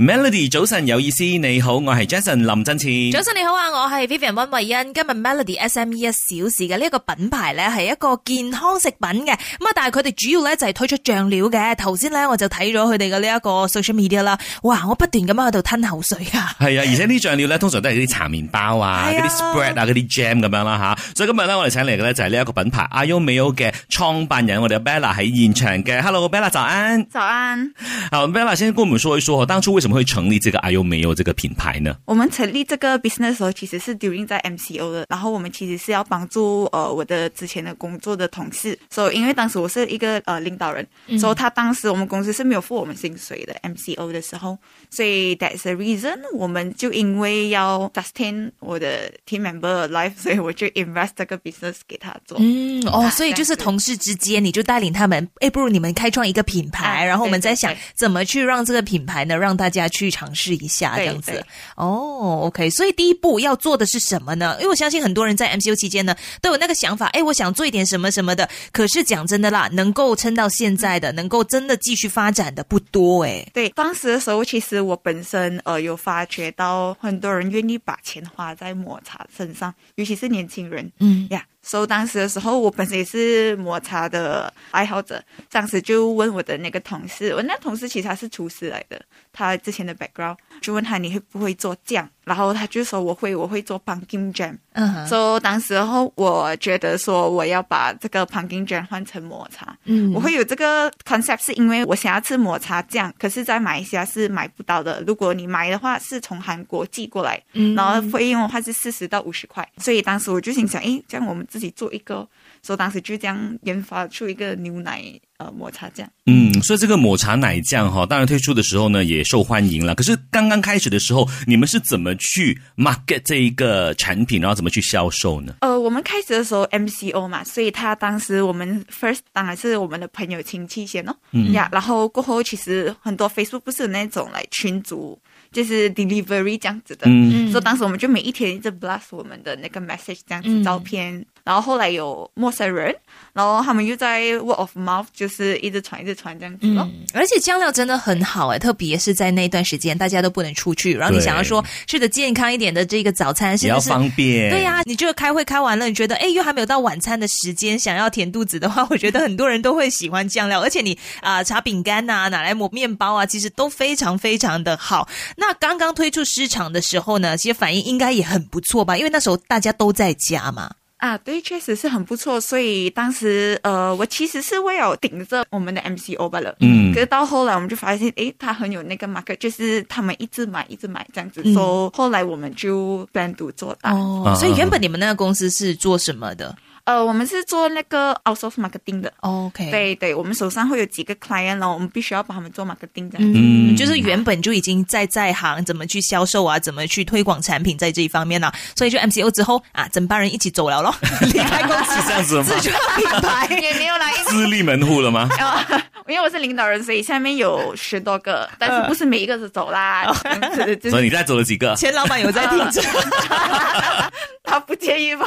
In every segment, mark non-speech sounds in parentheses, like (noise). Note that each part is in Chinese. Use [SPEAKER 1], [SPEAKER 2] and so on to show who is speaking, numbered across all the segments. [SPEAKER 1] Melody 早晨有意思，你好，我係 Jason 林振前。
[SPEAKER 2] 早晨你好啊，我係 Vivian 温慧欣。今日 Melody SME 一小時嘅呢一個品牌咧係一個健康食品嘅，咁啊但係佢哋主要咧就係推出醬料嘅。頭先咧我就睇咗佢哋嘅呢一個 social media 啦，哇！我不斷咁樣喺度吞口水啊！
[SPEAKER 1] 係啊，而且呢啲醬料咧，通常都係啲搽麵包啊、
[SPEAKER 2] 係
[SPEAKER 1] 嗰
[SPEAKER 2] 啊
[SPEAKER 1] 啲 spread 啊、嗰啲 jam 咁樣啦吓。所以今日咧，我哋請嚟嘅咧就係呢一個品牌 a y o m i o 嘅創辦人，我哋 Bella 喺現場嘅。Hello，Bella 早安。
[SPEAKER 3] 早安，
[SPEAKER 1] 好，Bella 先跟我們說一說，當初為什麼會成立這個 a y o m i o 這個品牌呢？
[SPEAKER 3] 我们成立这个 business 的时候，其实是 during 在 MCO 的，然后我们其实是要帮助呃我的之前的工作的同事，所、以因为当时我是一个呃领导人，所、以、他当时我们公司是没有付我们薪水的 MCO 的时候，所以 that's the reason 我们就因为要 sustain 我的 team member life，所以我就 invest 这个 business 给他做。
[SPEAKER 2] 嗯，哦，
[SPEAKER 3] 啊
[SPEAKER 2] 所以就是
[SPEAKER 3] 但是
[SPEAKER 2] 同事之间，你就带领他们，哎，不如你们开创一個品牌，
[SPEAKER 3] 啊
[SPEAKER 2] 然後我們
[SPEAKER 3] 對
[SPEAKER 2] 再
[SPEAKER 3] 對
[SPEAKER 2] 想
[SPEAKER 3] 對
[SPEAKER 2] 怎麼去讓這個品牌呢，讓大家去嘗試一下這
[SPEAKER 3] 對
[SPEAKER 2] 樣子
[SPEAKER 3] 對。
[SPEAKER 2] 哦，OK，所以第一步要做的是什麼呢？因為我相信很多人在 MCU 期间呢，都有那個想法，哎，我想做一點什麼什麼的。可是講真的啦，能夠撐到現在的，能夠真的繼續發展的不多哎、
[SPEAKER 3] 对，当时的时候，其实我本身呃有发觉到很多人愿意把钱花在抹茶身上，尤其是年轻人。
[SPEAKER 2] 嗯
[SPEAKER 3] 呀，所以当时的时候，我本身也是抹茶的爱好者，当时就问我的那个同事，我那同事其实他是厨师来的，他之前的 background 就问他你会不会做酱，然后他就说我会，我会做 pumpkin jam。
[SPEAKER 2] 嗯哼，
[SPEAKER 3] 所以当时候我觉得说我要把这个 pumpkin jam 换成抹茶，
[SPEAKER 2] 嗯
[SPEAKER 3] 我会有这个 concept 是因为我想要吃抹茶酱，可是在马来西亚是买不到的。如果你买的话，是从韩国寄过来，
[SPEAKER 2] 嗯
[SPEAKER 3] 然后费用的话是四十到五十块。所以当时我就心想，诶，这样我们自己做一个哦，所以当时就这样研发出一个牛奶呃抹茶酱。
[SPEAKER 1] 嗯，所以这个抹茶奶酱哈，当然推出的时候呢也受欢迎了。可是刚刚开始的时候，你们是怎么去 market 这一个产品，然后怎么去销售呢？
[SPEAKER 3] 呃，我们开始的时候 MCO 嘛，所以他当时我们 first 当然是我们的朋友亲戚先哦，嗯呀，然后过后其实很多 Facebook 不是有那种来群组，就是 delivery 这样子的，
[SPEAKER 1] 嗯
[SPEAKER 3] 所以当时我们就每一天一直 blast 我们的那个 message 这样
[SPEAKER 2] 嗯
[SPEAKER 3] 子照片，然后后来有陌生人，然后他们又在 word of mouth 就是一直传一直传这样子咯。
[SPEAKER 2] 嗯，而且酱料真的很好哎、特别是在那段时间大家都不能出去，然后你
[SPEAKER 1] 对
[SPEAKER 2] 想要说吃的健康一点的这个早餐，
[SPEAKER 1] 也
[SPEAKER 2] 甚
[SPEAKER 1] 要
[SPEAKER 2] 至是
[SPEAKER 1] 方便。
[SPEAKER 2] 对呀、你这个开会开完了，你觉得哎又还没有到晚餐的时间，想要填肚子的话，我觉得很多人都会喜欢酱料，而且你啊、呃茶饼干呐、拿来抹面包啊，其实都非常非常的好。那刚刚推出市场的时候呢，其实反应应该也很不错吧，因为那时候大家都在家嘛。
[SPEAKER 3] 啊，对，确实是很不错。所以当时，呃，我其实是为了顶着我们的 MCO 罢了。
[SPEAKER 1] 嗯
[SPEAKER 3] 可是到后来，我们就发现，诶，它很有那个 market，就是他们一直买，一直买这样子。
[SPEAKER 2] 嗯
[SPEAKER 3] 所、以后来我们就单独做大。
[SPEAKER 2] 哦所以原本你们那个公司是做什么的
[SPEAKER 3] 呃，我们是做那个 outsource marketing 的。
[SPEAKER 2] ？OK，
[SPEAKER 3] 对对，我们手上会有几个 client，然后我们必须要帮他们做 marketing 这样。
[SPEAKER 1] 嗯
[SPEAKER 2] 嗯，就是原本就已经在在行，怎么去销售啊，怎么去推广产品，在这一方面呢、啊所以就 MCO 之后啊，整班人一起走了咯，离开公司
[SPEAKER 1] (laughs) 是这样子吗？
[SPEAKER 2] 自创 (laughs) 品牌。
[SPEAKER 3] 也没有啦，因为
[SPEAKER 1] 自立门户了
[SPEAKER 2] (laughs)
[SPEAKER 1] 吗？
[SPEAKER 3] 因为我是领导人，所以下面有十多个，但是不是每一个都走啦，这样子就
[SPEAKER 1] 所以
[SPEAKER 3] 是
[SPEAKER 1] 你带走了几个？
[SPEAKER 2] 钱老板有在听着，
[SPEAKER 3] 他不介意吧？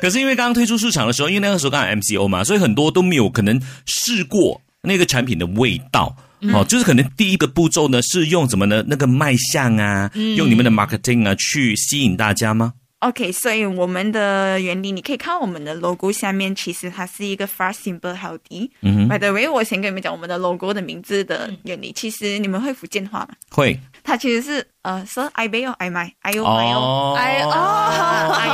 [SPEAKER 1] 可是因为刚刚推出市场的时候，因为那个时候刚好 MCO 嘛，所以很多都没有可能试过那个产品的味道。
[SPEAKER 2] 嗯
[SPEAKER 1] 哦，就是可能第一个步骤呢，是用怎么呢？那个卖相啊，
[SPEAKER 2] 嗯
[SPEAKER 1] 用你们的 marketing 啊，去吸引大家吗？
[SPEAKER 3] OK，所以我们的原理，你可以看我们的 logo 下面，其实它是一个 far simple healthy。嗯，By the way，我先跟你们讲我们的 logo 的名字的原理。其实你们会福建话嘛？
[SPEAKER 1] 会
[SPEAKER 3] 它其实是呃，是 I 杯哦，I 买，I 哦，I 哦。
[SPEAKER 1] 哦，
[SPEAKER 2] 哎呦，哎
[SPEAKER 3] 哎
[SPEAKER 2] 呦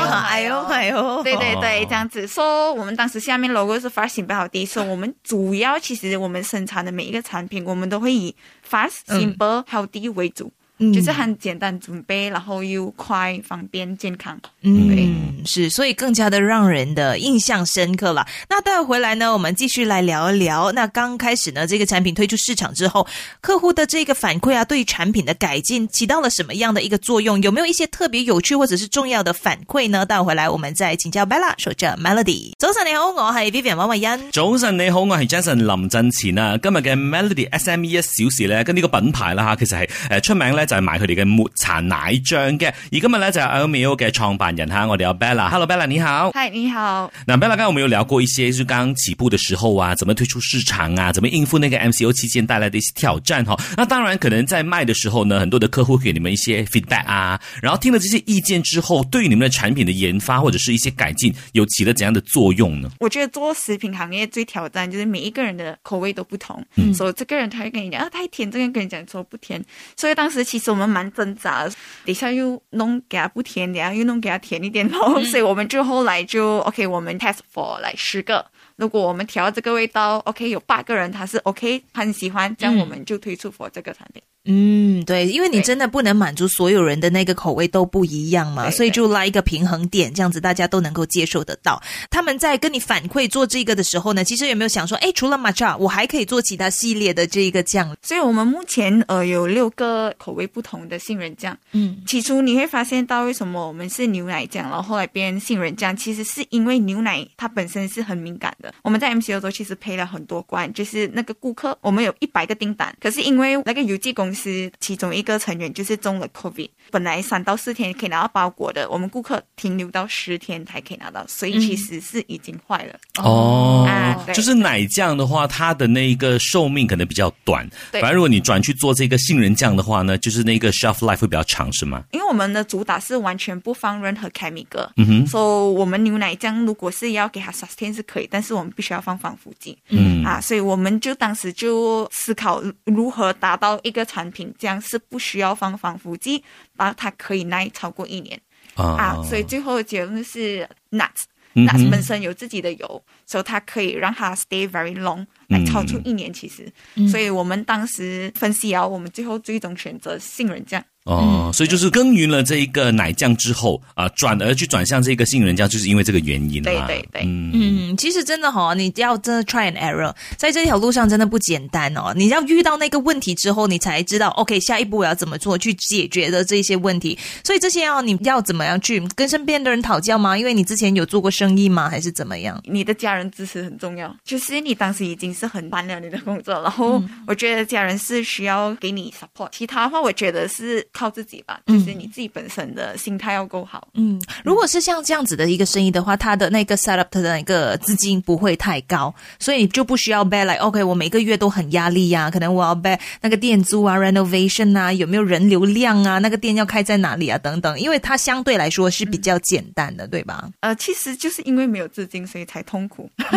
[SPEAKER 3] 呦，
[SPEAKER 2] 哎
[SPEAKER 3] 哎
[SPEAKER 2] 呦， (laughs)
[SPEAKER 3] 对对对
[SPEAKER 1] 哦，
[SPEAKER 3] 这样子。说、我们当时下面 logo 是 far simple healthy，所以我们主要其实我们生产的每一个产品，我们都会以 fast
[SPEAKER 2] 嗯
[SPEAKER 3] simple healthy 为主，
[SPEAKER 2] 嗯
[SPEAKER 3] 就是很简单准备，然后又快、方便、健康。
[SPEAKER 2] 嗯，是，所以更加的让人的印象深刻了。那待会回来呢，我们继续来聊一聊。那刚开始呢，这个产品推出市场之后，客户的这个反馈啊，对于产品的改进起到了什么样的一个作用？有没有一些特别有趣或者是重要的反馈呢？待会回来我们再请教 Bella 守着 Melody。早晨你好，我系 Vivian 王慧欣。
[SPEAKER 1] 早晨你好，我係 E Jason 林振前啊。今日嘅 Melody SME 一小時咧，跟呢個品牌啦吓，其實係诶出名咧咧就係賣佢哋嘅抹茶奶醬嘅。而今日咧就係 Omeo 嘅創辦人哈，我哋有 Bella。Hello，Bella 你好。
[SPEAKER 3] 嗨，你好。
[SPEAKER 1] 那 Bella 刚刚我们有聊过一些，就刚起步的时候啊，怎么推出市场啊，怎么应付那个 MCO 期间带来的一些挑战哈、那当然，可能在卖的时候呢，很多的客户给你们一些 feedback 啊，然后听了这些意见之后，对于你们的产品的研发或者是一些改进，有起了怎样的作用呢？
[SPEAKER 3] 我觉得做食品行业最挑战就是每一个人的口味都不同，所以这个人他会跟你讲啊太甜，这个人跟你讲说不甜，所以当时其实我们蛮挣扎的，等一下又弄给他不甜，等一下又弄给他甜一点，然后、 (laughs) 所以我们就后来就 OK，我们 test for 来十个。如果我们调到这个味道，OK，有八个人他是 OK，他很喜欢，这样
[SPEAKER 2] 嗯
[SPEAKER 3] 我们就推出 for 这个产品。
[SPEAKER 2] 嗯，对，因为你
[SPEAKER 3] 对
[SPEAKER 2] 真的不能满足所有人的那个口味都不一样嘛，
[SPEAKER 3] 对
[SPEAKER 2] 所以就拉一个平衡点，这样子大家都能够接受得到。他们在跟你反馈做这个的时候呢，其实有没有想说，哎，除了 matcha，我还可以做其他系列的这一个酱？
[SPEAKER 3] 哦所以我们目前呃有六个口味不同的杏仁酱。
[SPEAKER 2] 嗯
[SPEAKER 3] 起初你会发现到为什么我们是牛奶酱，然后后来变杏仁酱，其实是因为牛奶它本身是很敏感的。我们在 MCO 的时候其实赔了很多关，就是那个顾客，我们有一百个订单，可是因为那个邮寄公司其中一个成员就是中了 COVID，本来三到四天可以拿到包裹的，我们顾客停留到十天才可以拿到，所以其实是已经坏了。
[SPEAKER 1] 哦
[SPEAKER 3] 啊对
[SPEAKER 1] 就是奶酱的话，它的那一个寿命可能比较短，
[SPEAKER 3] 对
[SPEAKER 1] 反而如果你转去做这个杏仁酱的话呢，就是那个 shelf life 会比较长，是吗？
[SPEAKER 3] 因为我们的主打是完全不放任何 chemical，
[SPEAKER 1] 嗯哼
[SPEAKER 3] 所以、so, 我们牛奶酱如果是要给它 sustain 是可以，但是我们必须要放防腐剂，
[SPEAKER 1] 嗯
[SPEAKER 3] 啊，所以我们就当时就思考如何达到一个产品这样是不需要放防腐剂，然后它可以耐超过一年啊，所以最后的结论是 nuts。
[SPEAKER 1] 哦嗯
[SPEAKER 3] nuts
[SPEAKER 1] 哼
[SPEAKER 3] 本身有自己的油，所以它可以让它 stay very long，
[SPEAKER 1] 嗯
[SPEAKER 3] 来超出一年。其实，所以我们当时分析啊，我们最后最终选择杏仁酱。
[SPEAKER 1] 哦，
[SPEAKER 3] 嗯
[SPEAKER 1] 所以就是耕耘了这一个奶酱之后啊，转而去转向这个杏仁酱，就是因为这个原因啦
[SPEAKER 3] 对对对
[SPEAKER 1] 嗯。
[SPEAKER 2] 嗯，其实真的哈、你要真的 try and error，在这条路上真的不简单哦。你要遇到那个问题之后，你才知道 OK 下一步我要怎么做去解决的这些问题。所以这些哦，你要怎么样去跟身边的人讨教吗？因为你之前有做过生意吗？还是怎么样？
[SPEAKER 3] 你的家人支持很重要。就是你当时已经是很忙了你的工作，然后我觉得家人是需要给你 support。其他的话，我觉得是靠自己吧，就是你自己本身的心态要够好。
[SPEAKER 2] 嗯，如果是像这样子的一个生意的话，它的那个 set up 的那个资金不会太高，所以你就不需要 bear like OK，我每个月都很压力呀、可能我要 bear 那个店租啊、renovation 啊，有没有人流量啊，那个店要开在哪里啊等等，因为它相对来说是比较简单的，对吧？
[SPEAKER 3] 呃，其实就是因为没有资金，所以才痛苦。 (laughs)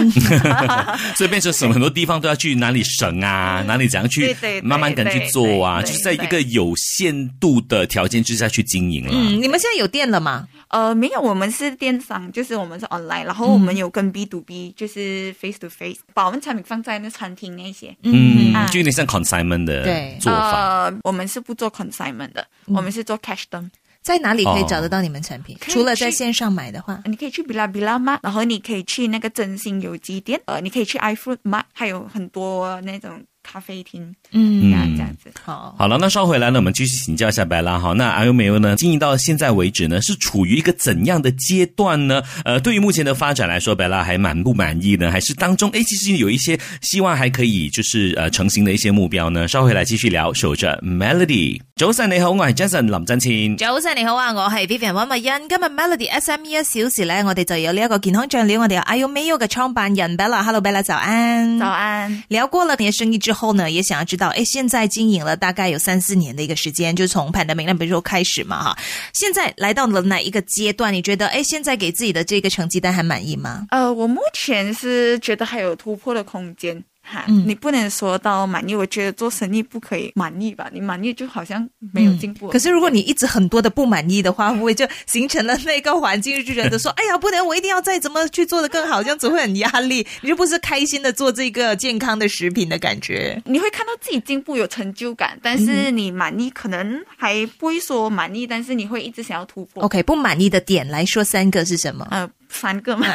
[SPEAKER 1] 所以变成什么很多地方都要去哪里省啊，哪里怎样去
[SPEAKER 3] 对对对
[SPEAKER 1] 慢慢跟去做啊，
[SPEAKER 3] 对
[SPEAKER 1] 就
[SPEAKER 3] 对
[SPEAKER 1] 是在一个有限度的条件之下去经营啦。
[SPEAKER 2] 嗯，你们现在有店了吗？
[SPEAKER 3] 呃，没有，我们是电商，就是我们是 online，然后我们有跟 B to B，就是 face to face，把我们产品放在那餐厅那些。
[SPEAKER 1] 嗯，
[SPEAKER 3] 啊
[SPEAKER 1] 就有点像 consignment 的
[SPEAKER 2] 对
[SPEAKER 1] 做法。
[SPEAKER 3] 呃，我们是不做 consignment 的，我们是做 cash down。
[SPEAKER 2] 在哪里可以
[SPEAKER 1] 哦
[SPEAKER 2] 找得到你们产品？
[SPEAKER 3] 可以
[SPEAKER 2] 除了在
[SPEAKER 3] 去
[SPEAKER 2] 线上买的话，
[SPEAKER 3] 你可以去比拉比拉嘛，然后你可以去那个真心有机店，呃，你可以去 iFruit 嘛，还有很多那种咖啡厅，
[SPEAKER 2] 嗯，
[SPEAKER 3] 这样这样子。
[SPEAKER 2] 好，
[SPEAKER 1] 好了，那稍回来呢，我们继续请教一下白拉哈。那 i o m a 呢，经营到现在为止呢，是处于一个怎样的阶段呢？呃，对于目前的发展来说，白拉还满不满意呢？还是当中哎，其实有一些希望还可以就是呃成型的一些目标呢？稍回来继续聊，守着 Melody。早晨你好，我系 Jason 林振前。
[SPEAKER 2] 早晨你好啊，我系 Vivian 温慧欣。今日 Melody SME 一小时咧，我哋就有呢一个健康醬料，我哋有 i u m a y o 嘅創辦人 Bella，Hello Bella，早安。
[SPEAKER 3] 早。安，
[SPEAKER 2] 聊过了你的生意之后呢，也想要知道，哎，现在经营了大概有三四年的一个时间，就从 pandemic 那边时候开始嘛，哈，现在来到了哪一个阶段？你觉得，哎，现在给自己的这个成绩单还满意吗？
[SPEAKER 3] 呃，我目前是觉得还有突破的空间。哈，
[SPEAKER 2] 嗯
[SPEAKER 3] 你不能说到满意，我觉得做生意不可以满意吧？你满意就好像没有进步。
[SPEAKER 2] 嗯可是如果你一直很多的不满意的话，会不会就形成了那个环境，就觉得说，哎呀，不能，我一定要再怎么去做的更好，这样子会很压力，你就不是开心的做这个健康的食品的感觉。
[SPEAKER 3] 你会看到自己进步有成就感，但是你满意可能还不会说满意，但是你
[SPEAKER 2] 哦
[SPEAKER 3] 会一直想要突破。
[SPEAKER 2] OK，不满意的点来说三个是什么？
[SPEAKER 3] 呃，三个嘛，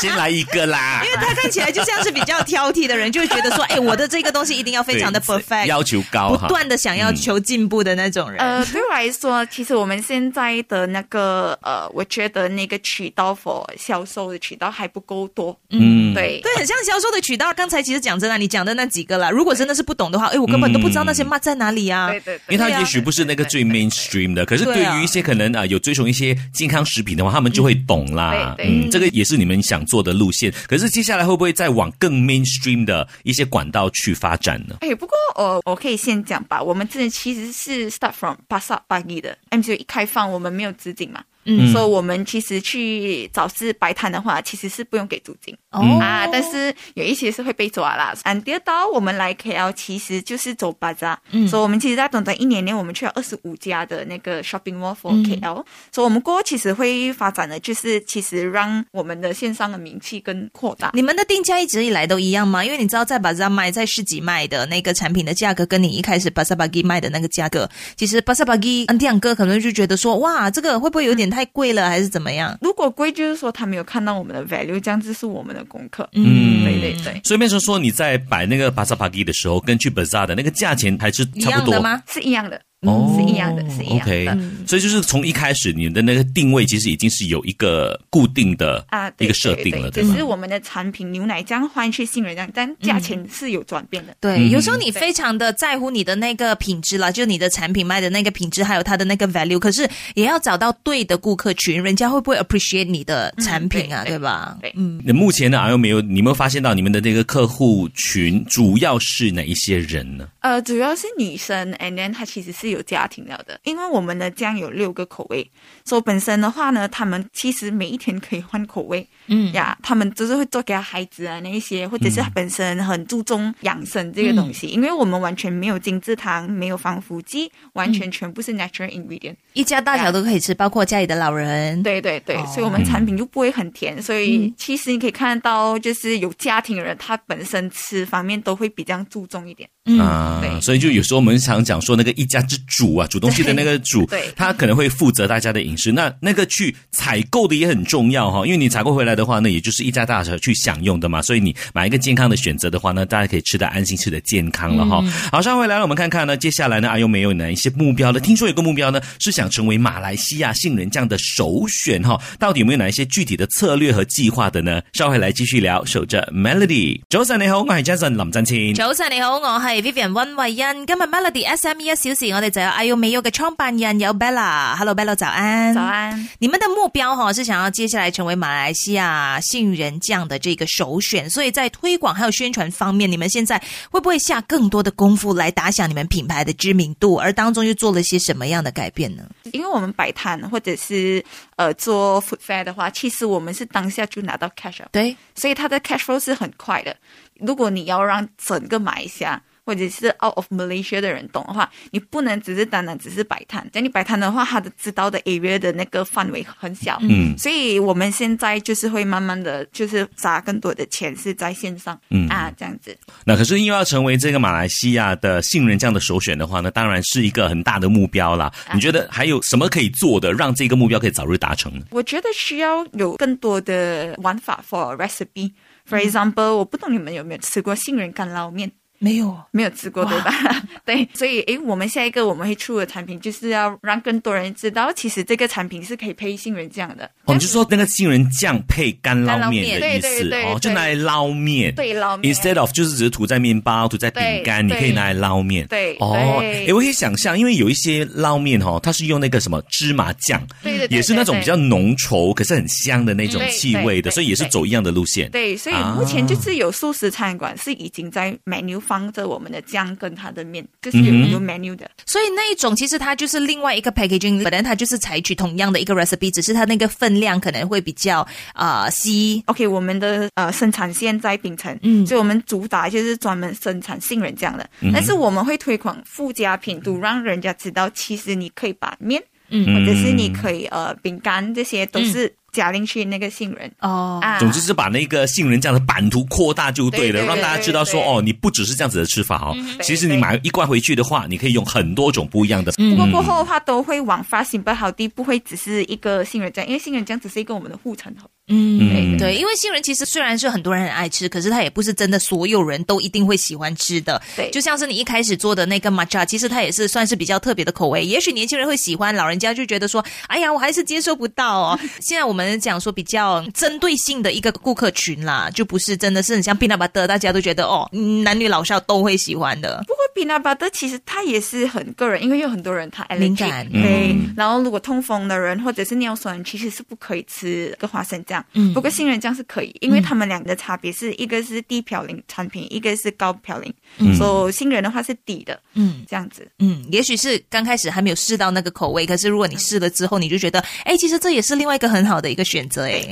[SPEAKER 1] 先来一个
[SPEAKER 2] (laughs)
[SPEAKER 1] 啦
[SPEAKER 2] 因。为他看起来就像是比较挑剔的人，就会觉得说，哎，我的这个东西一定要非常的
[SPEAKER 1] 对
[SPEAKER 2] perfect，
[SPEAKER 1] 要嗯求高
[SPEAKER 2] 哎不
[SPEAKER 1] 哈。
[SPEAKER 2] 断的想要求进步的那种人。
[SPEAKER 3] 呃，对我来说，其实我们现在的那个呃，我觉得那个渠道 for 销售的渠道还不够多。
[SPEAKER 1] 嗯，
[SPEAKER 3] 对，
[SPEAKER 2] 对，很像销售的渠道。刚才其实讲真啊，你讲的那几个啦，如果真的是不懂的话，哎，我根本都不知道那些 m 在哪里啊。
[SPEAKER 3] 对对
[SPEAKER 1] 因
[SPEAKER 3] 对，
[SPEAKER 1] 为它
[SPEAKER 2] 对啊
[SPEAKER 1] 也许不是那个最 mainstream 的，可是对
[SPEAKER 2] 对啊
[SPEAKER 1] 于一些可能啊、呃有追求一些健康食品的话，他们就会懂啦。
[SPEAKER 3] 对对
[SPEAKER 1] 嗯，这个也是你们想做的路线。可是接下来会不会再往更 mainstream 的一些管道去发展呢？
[SPEAKER 3] 哎，不过呃，我可以先讲吧。我们之前其实是 start from Pasar Pagi 的 MCU 一开放，我们没有资金嘛，
[SPEAKER 2] 嗯
[SPEAKER 3] 所以我们其实去早市摆摊的话，其实是不用给租金、
[SPEAKER 1] 嗯
[SPEAKER 2] 哦
[SPEAKER 3] 啊，但是有一些是会被抓啦。俺第二刀我们来 KL 其实就是走巴扎，
[SPEAKER 2] 嗯
[SPEAKER 3] 所以我们其实在短短一年内，我们去了二十五家的那个 shopping mall for
[SPEAKER 2] 嗯
[SPEAKER 3] KL，、所以我们过后其实会发展的就是其实让我们的线上的名气更扩大。
[SPEAKER 2] 你们的定价一直以来都一样吗？因为你知道，在巴扎卖在市集卖的那个产品的价格，跟你一开始巴萨巴吉卖的那个价格，其实嗯巴萨巴吉安迪昂哥可能就觉得说，哇，这个会不会有点太贵了，还是怎么样？
[SPEAKER 3] 如果贵，就是说他没有看到我们的 value，这样子是我们的功课。
[SPEAKER 1] 嗯
[SPEAKER 3] 对对对，
[SPEAKER 1] 所以变成说你在摆那个巴萨帕吉的时候，跟去 bazaar 的那个价钱还是
[SPEAKER 2] 一
[SPEAKER 1] 差
[SPEAKER 2] 样
[SPEAKER 1] 不多
[SPEAKER 2] 的吗？
[SPEAKER 3] 是一样的，
[SPEAKER 1] 哦，
[SPEAKER 3] 是一样的，嗯是一样的。
[SPEAKER 1] OK，、所以就是从一开始你的那个定位其实已经是有一个固定的
[SPEAKER 3] 啊，
[SPEAKER 1] 一
[SPEAKER 3] 对
[SPEAKER 1] 个设定了，
[SPEAKER 3] 对
[SPEAKER 1] 吧
[SPEAKER 3] 对只？是我们的产品牛奶浆换去杏仁浆，但价钱是有转变的。
[SPEAKER 2] 对，有时候你非常的在乎你的那个品质啦，就你的产品卖的那个品质，还有它的那个 value，可是也要找到对的顾客群，人家会不会 appreciate 你的产品啊，
[SPEAKER 3] 嗯对
[SPEAKER 2] 对吧？
[SPEAKER 3] 对
[SPEAKER 2] 嗯，
[SPEAKER 1] 那目前呢，还有没有你有没有发现到你们的这个客户群主要是哪一些人呢？
[SPEAKER 3] 呃，主要是女生，and then 她其实是有家庭了的，因为我们的酱有六个口味，所以本身的话呢，他们其实每一天可以换口味，
[SPEAKER 2] 嗯
[SPEAKER 3] 呀，他们就是会做给他孩子啊那一些，或者是他本身很注重养生这个东
[SPEAKER 2] 嗯
[SPEAKER 3] 西，因为我们完全没有精制糖，没有防腐剂，完全全部是
[SPEAKER 2] 嗯
[SPEAKER 3] natural ingredient。
[SPEAKER 2] 一家大小都可以吃，包括家里的老人。
[SPEAKER 3] 对对对，
[SPEAKER 2] 哦嗯
[SPEAKER 3] 所以我们产品就不会很甜，所以其实你可以看到，就是有家庭的人，他本身吃方面都会比较注重一点。
[SPEAKER 2] 嗯
[SPEAKER 1] 啊
[SPEAKER 3] 对
[SPEAKER 1] 所以就有时候我们常讲说那个一家之主啊，煮东西的那个主
[SPEAKER 3] 对对，
[SPEAKER 1] 他可能会负责大家的饮食。那那个去采购的也很重要哈、因为你采购回来的话呢，也就是一家大小去享用的嘛。所以你买一个健康的选择的话呢，大家可以吃的安心，吃的健康了哈、
[SPEAKER 3] 嗯
[SPEAKER 1] 好，上回来了，我们看看呢，接下来呢，阿、啊、优没有哪一些目标呢？听说有个目标呢，是想成为马来西亚杏仁酱的首选哈、到底有没有哪一些具体的策略和计划的呢？稍回来继续聊，守着 Melody。早晨你好，我系 Jason 林振千。
[SPEAKER 2] 早晨你好，我系 Vivian 温慧欣。今日 Melody SME 一小时，我哋就有 IU 美优嘅创办人有 Bella。Hello Bella，早安。
[SPEAKER 3] 早。安。
[SPEAKER 2] 你们的目标哈、是想要接下来成为马来西亚杏仁酱的这个首选，所以在推广还有宣传方面，你们现在会不会下更多的功夫来打响你们品牌的知名度？而当中又做了些什么样的改变呢？
[SPEAKER 3] 因为我们摆摊或者是呃做 food fair 的话，其实我们是当下就拿到 cash 了，
[SPEAKER 2] 对，
[SPEAKER 3] 所以它的 cash flow 是很快的。如果你要让整个马来西亚或者是 out of Malaysia 的人懂的话，你不能只是单单只是摆摊。讲你摆摊的话，它的知道的 area 的那个范围很小，
[SPEAKER 1] 嗯
[SPEAKER 3] 所以我们现在就是会慢慢的就是砸更多的钱是在线上，
[SPEAKER 1] 嗯
[SPEAKER 3] 啊这样子。
[SPEAKER 1] 那可是因为要成为这个马来西亚的杏仁酱的首选的话呢，当然是一个很大的目标啦。
[SPEAKER 3] 啊
[SPEAKER 1] 你觉得还有什么可以做的，让这个目标可以早日达成呢？
[SPEAKER 3] 我觉得需要有更多的玩法 for recipe。For example，、我不懂你们有没有吃过杏仁干捞面。
[SPEAKER 2] 没有。
[SPEAKER 3] 没有吃过，对吧？ (laughs) 对，所以诶，我们下一个我们会出的产品就是要让更多人知道，其实这个产品是可以配杏仁酱的。
[SPEAKER 1] 我们就说那个杏仁酱配干捞面的意
[SPEAKER 3] 干捞面
[SPEAKER 1] 思
[SPEAKER 3] 对对对
[SPEAKER 1] 哦，
[SPEAKER 3] 对
[SPEAKER 1] 就拿来捞面。
[SPEAKER 3] 对捞面
[SPEAKER 1] Instead of 就是只是涂在面包、涂在饼干，你
[SPEAKER 3] 对
[SPEAKER 1] 可以拿来捞面。
[SPEAKER 3] 对
[SPEAKER 1] 哦，
[SPEAKER 3] 对
[SPEAKER 1] 诶，我可以想象，因为有一些捞面哦，它是用那个什么芝麻酱，
[SPEAKER 3] 对对对嗯
[SPEAKER 1] 也是那种比较浓稠可是很香的那种
[SPEAKER 3] 对
[SPEAKER 1] 气味的，
[SPEAKER 3] 对对
[SPEAKER 1] 所以也是走一样的路线。
[SPEAKER 3] 对，所以
[SPEAKER 1] 啊
[SPEAKER 3] 目前就是有素食餐馆是已经在 menu 放着我们的酱跟它的面，
[SPEAKER 1] 嗯
[SPEAKER 3] 就是有有 menu 的。
[SPEAKER 2] 所以那一种其实它就是另外一个 packaging，本来它就是采取同样的一个 recipe，只是它那个分量可能会比较啊稀。
[SPEAKER 3] OK，我们的呃生产线在槟城，
[SPEAKER 2] 嗯
[SPEAKER 3] 所以我们主打就是专门生产杏仁酱的，
[SPEAKER 1] 嗯
[SPEAKER 3] 但是我们会推广附加品，都让人家知道，其实你可以把面，
[SPEAKER 2] 嗯
[SPEAKER 3] 或者是你可以呃饼干这些都是加进去那个杏仁、
[SPEAKER 2] 哦，
[SPEAKER 3] 啊。
[SPEAKER 1] 总之是把那个杏仁酱的版图扩大就对了，
[SPEAKER 3] 对对对
[SPEAKER 1] 让大家知道说
[SPEAKER 3] 对对嗯
[SPEAKER 1] 哦，你不只是这样子的吃法哦。
[SPEAKER 3] 对
[SPEAKER 1] 其实你买一罐回去的话，你可以用很多种不一样的。嗯
[SPEAKER 3] 不过过后的话，都会往 fast simple 好地，不会只是一个杏仁酱，因为杏仁酱只是一个我们的护城河。
[SPEAKER 2] 嗯，
[SPEAKER 1] 嗯
[SPEAKER 2] 对，因为杏仁其实虽然是很多人很爱吃，可是它也不是真的所有人都一定会喜欢吃的。
[SPEAKER 3] 对
[SPEAKER 2] 就像是你一开始做的那个 matcha，其实它也是算是比较特别的口味，也许年轻人会喜欢，老人家就觉得说，哎呀，我还是接受不到哦。现在我们讲说比较针对性的一个顾客群啦，就不是真的是很像 p e a n u butter，大家都觉得哦，嗯男女老少都会喜欢的。
[SPEAKER 3] 不过 peanut butter 其实它也是很个人，因为有很多人他 allergic,
[SPEAKER 2] 敏感
[SPEAKER 3] 对。
[SPEAKER 1] 嗯
[SPEAKER 3] 然后如果痛风的人或者是尿酸人，其实是不可以吃这个花生酱。
[SPEAKER 2] 嗯
[SPEAKER 3] 不过杏仁酱是可以，因为它们两个的差别是一个是低嘌呤产品，一个是高嘌呤。
[SPEAKER 1] 嗯
[SPEAKER 3] 所以杏仁的话是底的，
[SPEAKER 2] 嗯。
[SPEAKER 3] 这样子。
[SPEAKER 2] 嗯，也许是刚开始还没有试到那个口味，可是如果你试了之后，你就觉得，哎，其实这也是另外一个很好的一个选择，哎，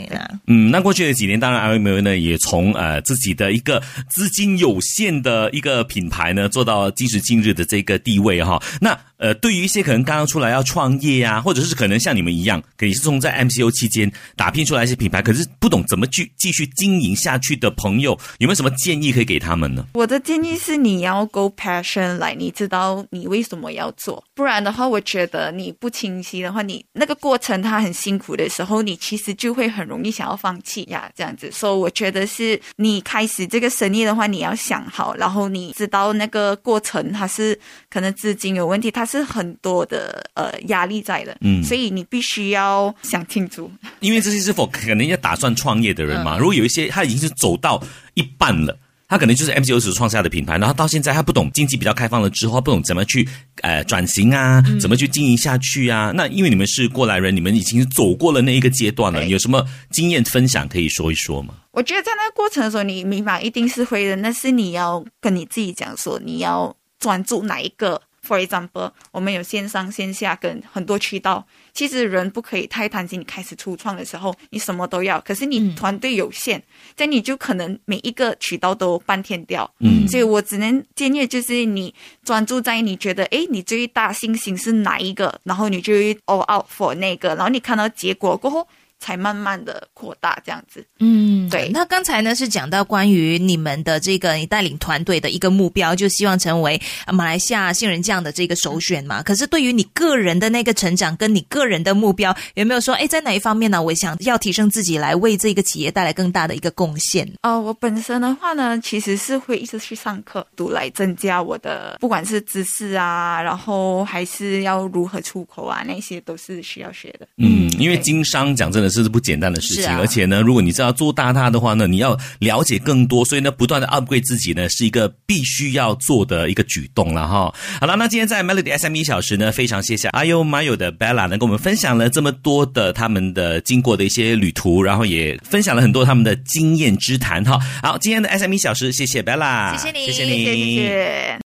[SPEAKER 1] 嗯，那过去的几年，当然 r m 呢也从呃自己的一个资金有限的一个品牌呢，做到今时今日的这个地位哈。那呃，对于一些可能刚刚出来要创业啊，或者是可能像你们一样，可以是从在 MCO 期间打拼出来一些品牌，可是不懂怎么去继续经营下去的朋友，有没有什么建议可以给他们呢？
[SPEAKER 3] 我的建议是你要 go passion 来，你知道你为什么要做，不然的话，我觉得你不清晰的话，你那个过程它很辛苦的时候，你其实就会很容易想要放弃呀，这样子。所、以我觉得是你开始这个生意的话，你要想好，然后你知道那个过程它是可能资金有问题，它是很多的呃压力在的，
[SPEAKER 1] 嗯
[SPEAKER 3] 所以你必须要想清楚。
[SPEAKER 1] 因为这些是否可能要打算创业的人嘛？
[SPEAKER 2] 嗯
[SPEAKER 1] 如果有一些他已经是走到一半了。他可能就是 MC 2 0创下的品牌，然后到现在他不懂经济比较开放了之后，他不懂怎么去呃转型啊，怎么去经营下去啊。那因为你们是过来人，你们已经走过了那一个阶段了，
[SPEAKER 3] 对
[SPEAKER 1] 有什么经验分享可以说一说吗？
[SPEAKER 3] 我觉得在那个过程的时候，你迷茫一定是会的，但是你要跟你自己讲说，你要专注哪一个。For example，我们有线上线下跟很多渠道，其实人不可以太贪心。你开始初创的时候，你什么都要，可是你团队有限，这样你就可能每一个渠道都半天掉。
[SPEAKER 1] 嗯
[SPEAKER 3] 所以我只能建议就是你专注在你觉得诶你最大信心是哪一个，然后你就 all out for 那个，然后你看到结果过后，才慢慢的扩大这样子。
[SPEAKER 2] 嗯，
[SPEAKER 3] 对
[SPEAKER 2] 那刚才呢是讲到关于你们的这个你带领团队的一个目标，就希望成为呃马来西亚杏仁酱的这个首选嘛。可是对于你个人的那个成长跟你个人的目标，有没有说，哎，在哪一方面呢？我想要提升自己，来为这个企业带来更大的一个贡献。
[SPEAKER 3] 哦，我本身的话呢，其实是会一直去上课读来增加我的，不管是知识啊，然后还是要如何出口啊，那些都是需要学的。
[SPEAKER 1] 嗯，因为
[SPEAKER 3] 对
[SPEAKER 1] 经商讲真的是不简单的事情，
[SPEAKER 2] 是啊
[SPEAKER 1] 而且呢，如果你知道做大它的话呢，你要了解更多，所以呢，不断的 upgrade 自己呢，是一个必须要做的一个举动了哈。好了，那今天在 Melody S M 一小时呢，非常谢谢阿优马友的 Bella 呢，跟我们分享了这么多的他们的经过的一些旅途，然后也分享了很多他们的经验之谈哈。好，今天的 S M E 一小时，谢谢 Bella，
[SPEAKER 2] 谢谢你
[SPEAKER 1] 谢谢
[SPEAKER 2] 谢
[SPEAKER 1] 你，
[SPEAKER 3] 谢谢。